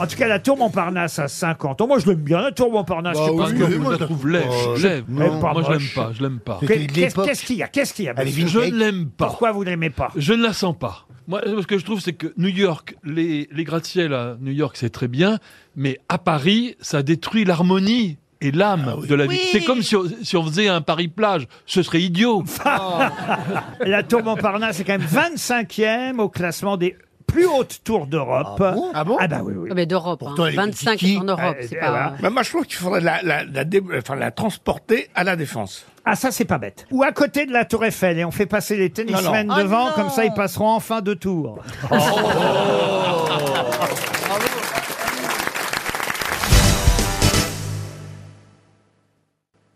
En tout cas, la tour Montparnasse à 50 ans. Moi, je l'aime bien, la tour Montparnasse. Bah je sais pas oui, ce que mais vous- moi, je la trouve lèche, lèche. Elle est Non, pas moi, je l'aime moche. pas, je l'aime pas. Qu'est- C'était de Qu'est-ce l'époque. qu'est-ce qu'il y a Qu'est-ce qu'il y a Elle est monsieur Je ne l'aime pas. Pourquoi vous ne l'aimez pas Je ne la sens pas. Moi, euh, ce que je trouve, c'est que New York, les, les gratte-ciels à New York, c'est très bien, mais à Paris, ça détruit l'harmonie et l'âme de la ville. Ah Oui. C'est comme si on, si on faisait un Paris-Plage. Ce serait idiot. La tour Montparnasse est quand même 25e au classement des plus hautes tours d'Europe. Ah bon Ah bah oui, oui. Mais d'Europe, hein. 25 en Europe, c'est pas... Bah, moi, je trouve qu'il faudrait la, la, la, dé- enfin, la transporter à la défense. Ah ça c'est pas bête. Ou à côté de la Tour Eiffel et on fait passer les tennismen Non, non. devant, Oh non comme ça ils passeront en fin de tour. Oh,